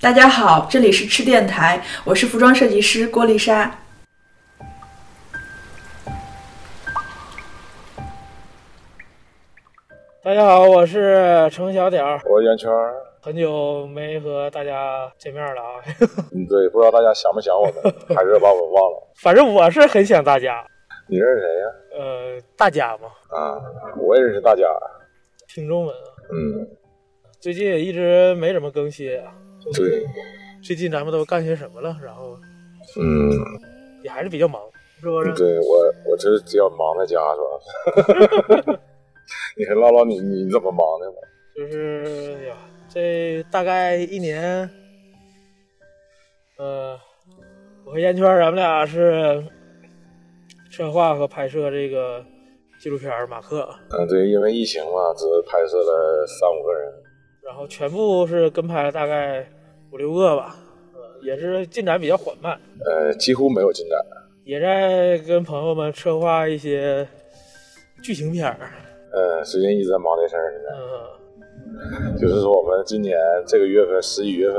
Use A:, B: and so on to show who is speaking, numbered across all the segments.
A: 大家好，这里是吃电台，我是服装设计师郭丽莎。
B: 大家好，我是程小点儿，
C: 我是圆圈儿。
B: 很久没和大家见面了啊，
C: 嗯，对，不知道大家想不想我们，还是把我们忘了？
B: 反正我是很想大家，
C: 你认识谁呀、
B: 呃，大家嘛，
C: 啊，我也认识大家。
B: 听中文啊，
C: 嗯，
B: 最近也一直没怎么更新啊，
C: 对，
B: 最近咱们都干些什么了？然后
C: 嗯，
B: 也还是比较忙，是不是？
C: 对我我这比较忙，在家是吧？ 你还唠唠你你怎么忙的吧？
B: 就是哎呀，这大概一年，呃，我和烟圈儿咱们俩是策划和拍摄这个纪录片儿《马克》，
C: 嗯，对，因为疫情嘛，只拍摄了三五个人。
B: 然后全部是跟拍了大概五六个吧，呃，也是进展比较缓慢，
C: 呃，几乎没有进展。
B: 也在跟朋友们策划一些剧情片儿，
C: 嗯，最近一直在忙这事儿，现在
B: 嗯、
C: 就是说我们今年这个月份十一月份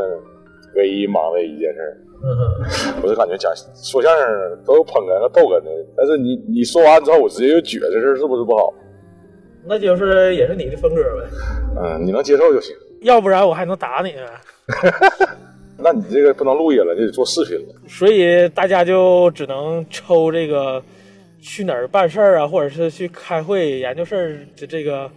C: 唯一忙的一件事儿。
B: 嗯哼，
C: 我就感觉讲说相声都捧哏和逗哏的，但是你你说完之后，我直接就撅，这事儿是不是不好？
B: 那就是也是你的风格呗，
C: 嗯，你能接受就行。
B: 要不然我还能打你啊呢。
C: 那你这个不能录音了，就得做视频了。
B: 所以大家就只能抽这个去哪儿办事儿啊，或者是去开会研究事儿的这个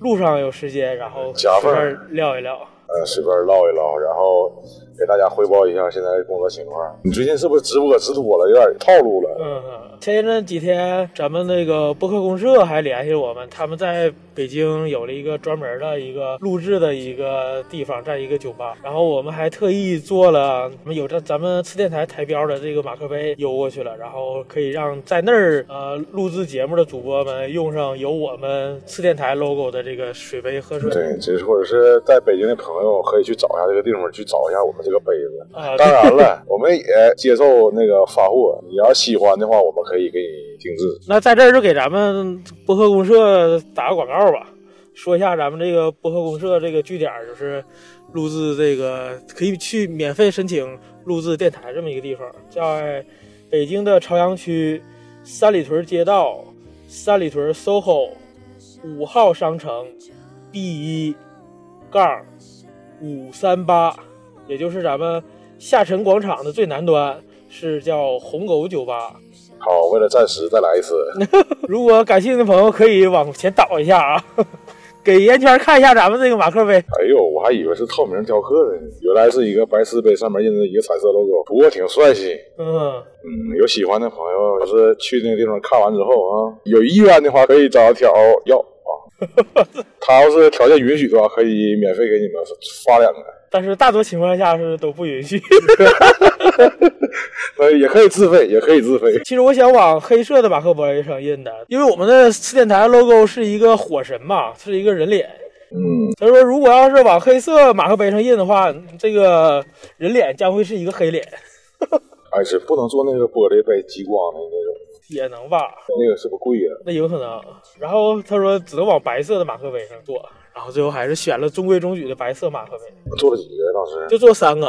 B: 路上有时间，然后
C: 夹
B: 随
C: 缝儿
B: 便聊一聊。
C: 嗯，随便唠一唠，然后给大家汇报一下现在的工作情况。你最近是不是直播直多了，有点套路了？
B: 嗯，前阵几天咱们那个播客公社还联系我们，他们在北京有了一个专门的一个录制的一个地方，在一个酒吧。然后我们还特意做了，我们有着咱们次电台台标的这个马克杯邮过去了，然后可以让在那儿呃录制节目的主播们用上有我们次电台 logo 的这个水杯喝水。
C: 对，就是或者是在北京的朋友可以去找一下这个地方，去找一下我们这个杯子。
B: 啊，
C: 当然了，我们也接受那个发货，你要喜欢的话，我们可以给你定制。
B: 那在这儿就给咱们播客公社打个广告吧，说一下咱们这个播客公社这个据点儿，就是录制这个可以去免费申请录制电台这么一个地方，在北京的朝阳区三里屯街道三里屯 SOHO 五号商城 B 一杠五三八，也就是咱们下沉广场的最南端，是叫红狗酒吧。
C: 好，为了暂时再来一次。
B: 如果感兴趣的朋友可以往前倒一下啊， 给烟圈看一下咱们这个马克杯。
C: 哎呦，我还以为是透明雕刻的呢，原来是一个白瓷杯，上面印着一个彩色 logo，不过挺帅气。
B: 嗯，
C: 嗯，有喜欢的朋友，要是去那个地方看完之后啊，有意愿的话，可以找条要啊。他要是条件允许的话，可以免费给你们发两个，
B: 但是大多情况下是都不允许。
C: 呃，也可以自费，也可以自费。
B: 其实我想往黑色的马克杯上印的，因为我们的次电台 logo 是一个火神嘛，是一个人脸。
C: 嗯，
B: 他说，如果要是往黑色马克杯上印的话，这个人脸将会是一个黑脸，
C: 哎，是不能做那个玻璃杯激光的那种，
B: 也能吧？
C: 那个是不是贵呀、
B: 那有可能。然后他说只能往白色的马克杯上做，然后最后还是选了中规中矩的白色马克杯，
C: 做了几个当时
B: 就做三个。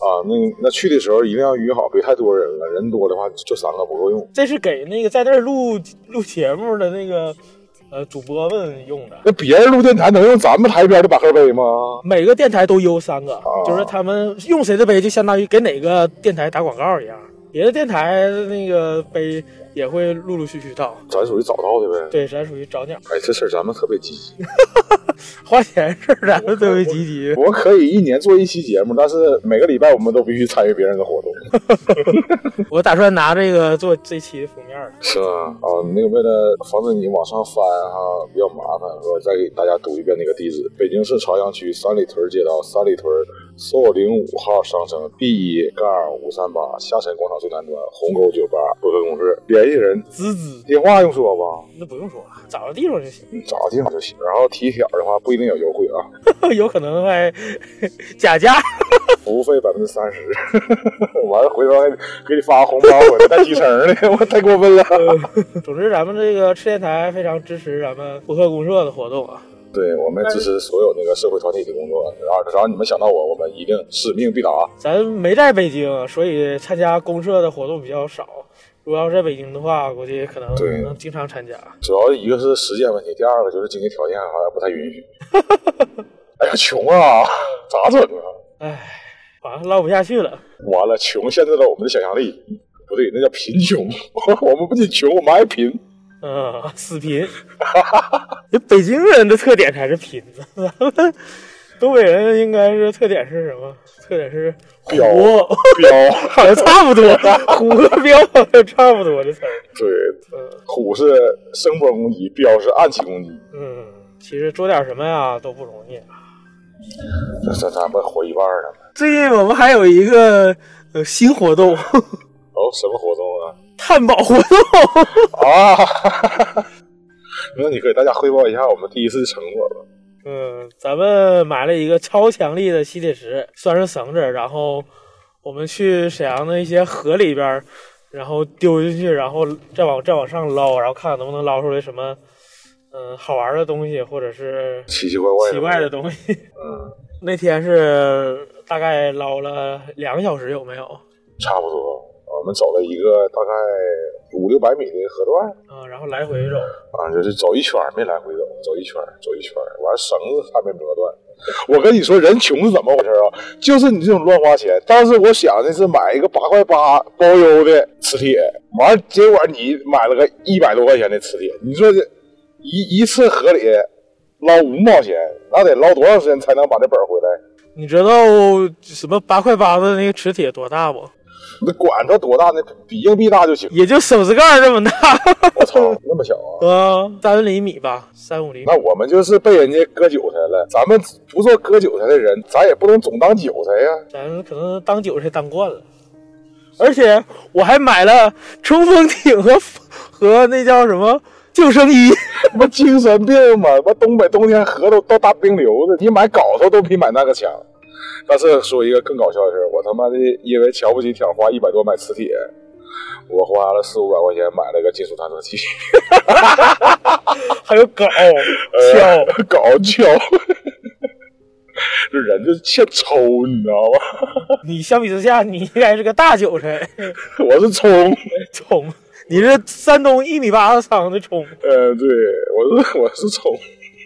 C: 啊？那那去的时候一定要约好，别太多人了，人多的话就三个不够用。
B: 这是给那个在那儿录录节目的那个呃主播们用的。
C: 那别人录电台能用咱们台边的马克杯吗？
B: 每个电台都邮三个，就是他们用谁的杯，就相当于给哪个电台打广告一样。别的电台那个杯也会陆陆续续到。
C: 咱属于找到的呗。
B: 对，咱属于找鸟，
C: 哎，这事儿咱们特别积极，
B: 花钱事儿咱们都会积极。
C: 我们可以一年做一期节目，但是每个礼拜我们都必须参与别人的活动，
B: 我打算拿这个做这期的封面儿。
C: 是吗？啊，那个为了防止你往上翻哈、比较麻烦，我再给大家读一遍那个地址：北京市朝阳区三里屯街道三里屯4零五号商城 B 一杠五三八下沉广场最南端红沟酒吧播客公社，联系人
B: 滋滋，
C: 电话用说吧，
B: 那不用说了，找个地方就行。
C: 你嗯找个地方就行。然后提条的话不一定有优惠啊，
B: 有可能还 假 价。
C: 服务费百分之三十， 完了回头还给你发个红包回来带提成的， 我太过分了。
B: 总之，咱们这个赤电台非常支持咱们播客公社的活动啊。
C: 对我们支持所有那个社会团体的工作，然后只要你们想到我，我们一定使命必达。
B: 咱没在北京，所以参加公社的活动比较少。如果要是在北京的话，估计可能
C: 对
B: 能经常参加。
C: 主要一个是时间问题，第二个就是经济条件好像不太允 许。哎呀，穷啊，咋整啊？
B: 唉，完了，唠不下去了。
C: 完了，穷限制了我们的想象力，不对，那叫贫穷。 我们不仅穷，我们还贫。
B: 嗯，死 贫。这北京人的特点才是贫呢， 咱们东北人应该是特点是什么？特点是虎，
C: 彪彪，
B: 好像差 不多，虎和彪好像差不多这词儿。
C: 对，
B: 嗯
C: 虎是声波攻击，彪是暗器攻击。
B: 嗯，其实做点什么呀都不容易。
C: 这这咱们活一半儿呢。
B: 最近我们还有一个呃新活动，
C: 哦，什么活动啊？
B: 探宝活动。
C: 啊，那你给大家汇报一下我们第一次的成果吧。
B: 嗯，咱们买了一个超强力的吸铁石，拴上绳子，然后我们去沈阳的一些河里边儿，然后丢进去，然后再往再往上捞，然后看看能不能捞出来什么嗯好玩的东西，或者是
C: 奇奇怪怪的，
B: 奇怪的东西。
C: 嗯，
B: 那天是大概捞了两个小时，有没有？
C: 差不多。我们走了一个大概五六百米的河段
B: 嗯，然后来回走。
C: 啊，就是走一圈儿没来回走，走一圈儿走一圈儿，完绳子还没折断。我跟你说，人穷是怎么回事啊？就是你这种乱花钱。当时我想的是买一个八块八包邮的磁铁，完了结果你买了个一百多块钱的磁铁，你说这一一次河里捞五毛钱，那得捞多长时间才能把这本儿回来？
B: 你知道什么八块八的那个磁铁多大不？
C: 那管它多大呢？比硬币大就行。
B: 也就手指盖儿这么大
C: 我操，那么小啊！
B: 啊，三厘米吧，三五厘米。
C: 那我们就是被人家割韭菜了。咱们不做割韭菜的人，咱也不能总当韭菜呀。
B: 咱可能当韭菜当惯了，而且我还买了冲锋艇和 和那叫什么救生衣，
C: 他妈精神病嘛！他妈东北冬天河都都大冰流的，你买镐头都比买那个强。但是说一个更搞笑的事儿，我他妈的因为瞧不起挑花一百多买磁铁，我花了四五百块钱买了个金属探测器，
B: 还有镐、锹，
C: 搞笑。这人就是欠抽，你知道吧？
B: 你相比之下，你应该是个大韭菜，
C: 我是冲。
B: 葱，你是山东一米八的长的葱。
C: 呃，对，我是我是冲，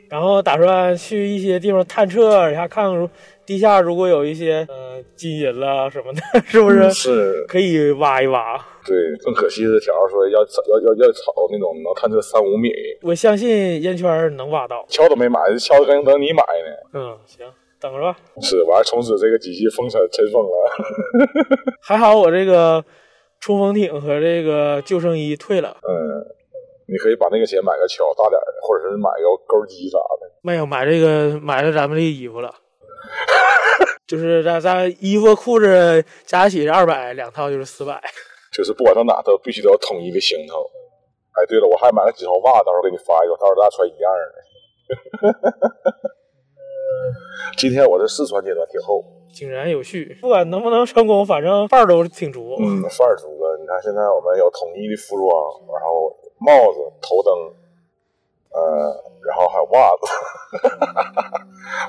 B: 然后打算去一些地方探测一下，看看如地下如果有一些呃金银啦什么的， 是不是
C: 是
B: 可以挖一挖？
C: 对。更可惜是条儿说要要要要炒那种能探测三五米，
B: 我相信烟圈儿能挖到。
C: 敲都没买，敲的跟等你买呢。
B: 嗯，行，等着吧。
C: 是，完了从此这个机器封神尘封了。
B: 还好我这个冲锋艇和这个救生衣退了，
C: 嗯，你可以把那个钱买个敲大点儿的，或者是买个钩机啥的。
B: 没有哎买这个买了咱们这个衣服了， 就是咱咱衣服裤子加一起是二百，两套就是四百。
C: 就是不管到哪都必须得有统一的行头。哎，对了，我还买了几条袜，到时候给你发一个，到时候咱俩穿一样的。 今天我这试穿阶段挺厚，
B: 井然有序，不管能不能成功，反正范儿都挺足。
C: 嗯，范儿足了。你看现在我们有统一的服装，然后帽子、头灯，呃，然后还有袜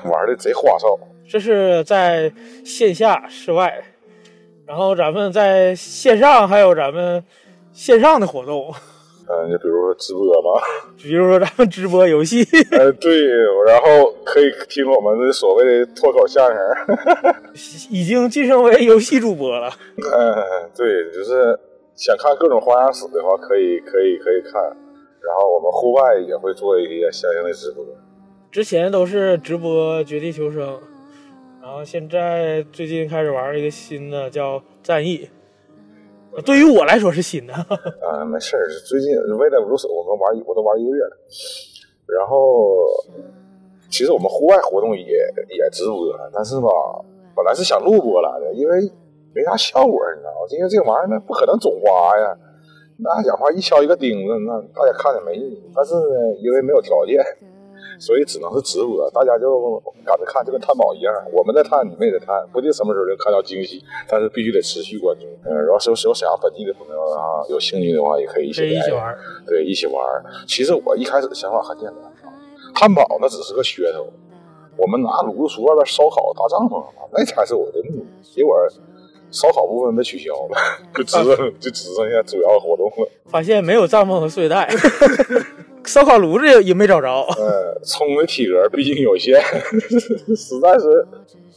C: 子，玩的贼花哨。
B: 这是在线下室外，然后咱们在线上还有咱们线上的活动，
C: 嗯、就比如说直播吧。
B: 比如说咱们直播游戏。
C: 呃，对，然后可以听我们的所谓的脱口相声。
B: 已经晋升为游戏主播了。
C: 嗯，对，就是想看各种花样史的话，可以可以可以看。然后我们户外也会做一些相应的直播。
B: 之前都是直播《绝地求生》，然后现在最近开始玩一个新的叫《战役》，呃对于我来说是新的。
C: 啊、没事儿，最近为了如此，我们玩一我都玩一个月了。然后，其实我们户外活动也也直播，但是吧，本来是想录播来的，因为没啥效果，你知道吗？因为这玩意儿呢，不可能总挖呀。那讲话一敲一个钉子，那大家看着没意义。但是呢，因为没有条件，所以只能是直播，大家就赶着看，就跟探宝一样，我们在探，你们也在探，不定什么时候能看到惊喜，但是必须得持续关注。嗯、然后是不是有沈阳本地的朋友啊，有兴趣的话也可以一起
B: 可以一
C: 来
B: 起玩儿，
C: 对，一起玩儿。其实我一开始的想法很简单，啊汉堡那只是个噱头，我们拿炉子出外边烧烤搭帐篷，啊那才是我的目的。结果烧烤部分被取消了， 就只 剩就只剩下主要活动了。
B: 发现没有帐篷和睡 袋，烧烤炉子也也没找着。
C: 嗯，冲的体格毕竟有限， 实在是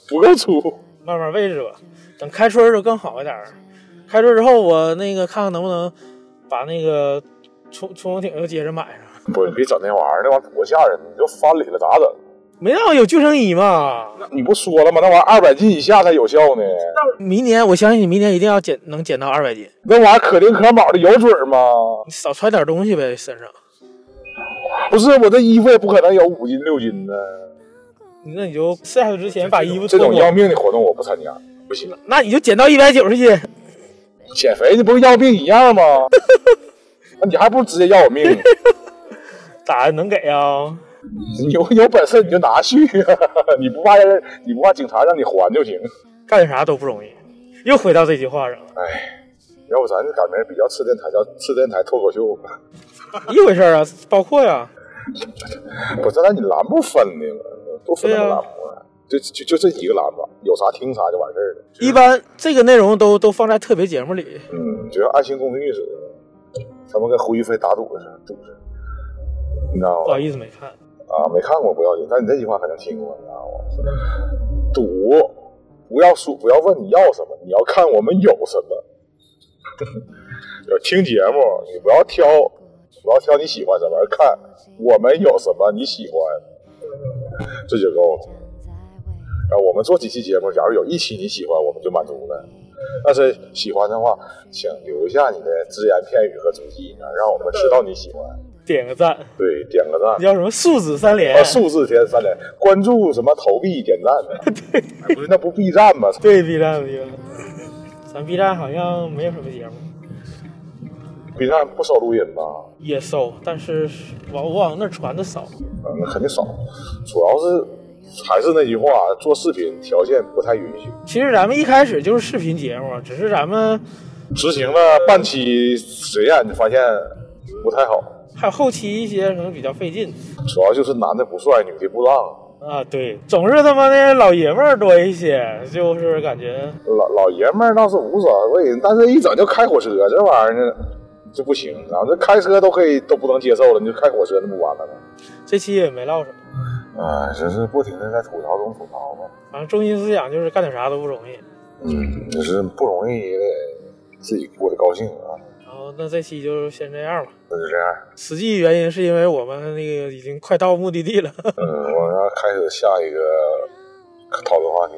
C: 不够粗。
B: 慢慢喂置吧，等开春儿就更好一点儿。开春儿之后，我那个看看能不能把那个冲冲锋艇又接着买上。
C: 不，你别整那玩意儿，那玩意儿多吓人！你就翻脸了咋整？
B: 没让我有救生衣嘛？
C: 你不说了吗？那玩意儿二百斤以下才有效呢。
B: 明年我相信你明年一定要减，能减到二百斤。
C: 那玩意儿可灵可卯的，有准儿吗？
B: 你少穿点东西呗，身上。
C: 不是，我这衣服也不可能有五斤六斤的。
B: 那你就下去之前把衣服
C: 这
B: 脱
C: 种要
B: 光，
C: 命的活动我不参加，不行。
B: 那你就减到一百九十斤。
C: 减肥这不跟要命一样吗？ 那你还不如直接要我命？
B: 咋能给啊？
C: 你有有本事你就拿去啊！ 你不怕人，你不怕警察让你还就行。
B: 干啥都不容易。又回到这句话上了，
C: 哎，要不咱改名比较次电台叫次电台脱口秀吧？
B: 一回事儿啊，包括呀、
C: 不是，那你栏目分的了，多分两个栏目啊，就就就这一个栏目，有啥听啥就完事儿了。
B: 一般这个内容都都放在特别节目里。
C: 嗯，就像《爱情公寓》似的，他们跟胡一菲打赌似的，赌似的，你知道
B: 不
C: 吗
B: 好？意思，没看。
C: 啊，没看过不要紧，但你这句话肯定听过，你知道吗？赌，不要说，不要问你要什么，你要看我们有什么。 就听节目，你不要挑，不要挑你喜欢什么，而看我们有什么你喜欢，这就够了。啊，我们做几期节目，假如有一期你喜欢，我们就满足了。但是喜欢的话，请留下你的只言片语和足迹，让我们知道你喜欢。
B: 点个赞，
C: 对，点个赞。
B: 叫什么素质三连
C: 啊，，数字填三连，关注什么投币点赞的，哎不是那不 B 站吗？
B: 对 B 站 B 站，咱 B 站好像没有什么节目，
C: ，B 站不收录音吧？
B: 也搜，但是往我往那儿传的少。
C: 啊，那肯定少，主要是还是那句话，做视频条件不太允许。
B: 其实咱们一开始就是视频节目，啊只是咱们
C: 执行了半期实验，就发现不太好，
B: 还有后期一些可能比较费劲
C: 主要就是男的不帅，女的不浪，
B: 啊。对，总是他妈的老爷们儿多一些，就是感觉
C: 老老爷们儿倒是无所谓，但是一整就开火车这玩意儿呢就不行，然后这开车都可以都不能接受了，你就开火车那不完了吗？
B: 这期也没唠什么。
C: 哎，就是不停的在吐槽中吐槽吧。
B: 反正中心思想就是干点啥都不容易。
C: 嗯，就是不容易，也得自己过得高兴啊，
B: 然后那这期就先这样吧。
C: 那就这样。
B: 实际原因是因为我们那个已经快到目的地了，
C: 嗯，我们要开始下一个讨论话题，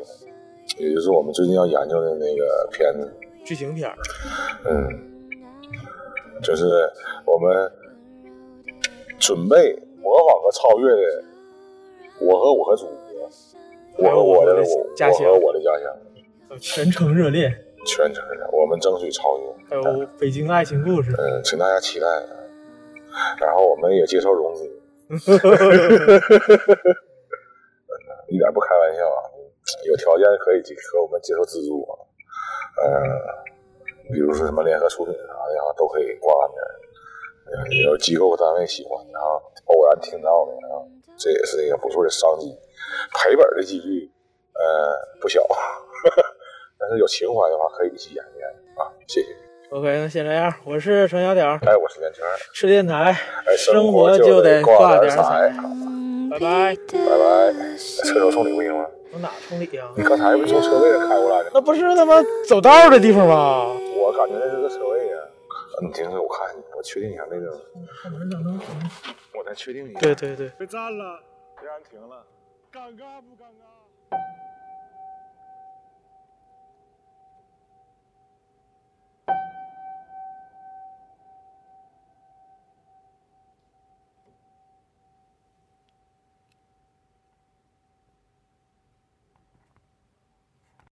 C: 也就是我们最近要研究的那个片子。
B: 剧情片儿。
C: 嗯，就是我们准备模仿和超越的《我和我和祖国》，我和我的我，
B: 家乡
C: 我和我的家乡，
B: 呃全程热恋，
C: 全程的，我们争取超越。
B: 还有《北京爱情故事》
C: 嗯，请大家期待。然后我们也接受融资， 嗯一点不开玩笑啊！有条件可以和我们接受资助啊，呃，比如说什么联合出品啥的啊，都可以挂上名儿。呃有机构单位喜欢的啊，偶然听到的啊，这也是一个不错的商机，赔本的几率呃不小， 但是有情怀的话可以一起研究研究啊，谢谢。
B: OK，那先这样，我是程小屌，
C: 哎，我是袁泉。
B: 吃电台，
C: 哎，
B: 生
C: 生
B: 活
C: 活
B: 就
C: 就
B: 得
C: 得
B: 挂
C: 挂
B: 点
C: 点
B: 彩
C: 彩。
B: 拜拜。
C: 拜拜。车手送礼不行吗？
B: 我哪冲礼啊？
C: 你刚才不是从车位上开过来的？
B: 那不是他妈走道的地方吗？
C: 我感觉那是个车位呀。你停着，我看看你，我确定一下那个。我再确定一下。
B: 对对对。
D: 被占了，
C: 虽然停了。
D: 尴尬不尴尬？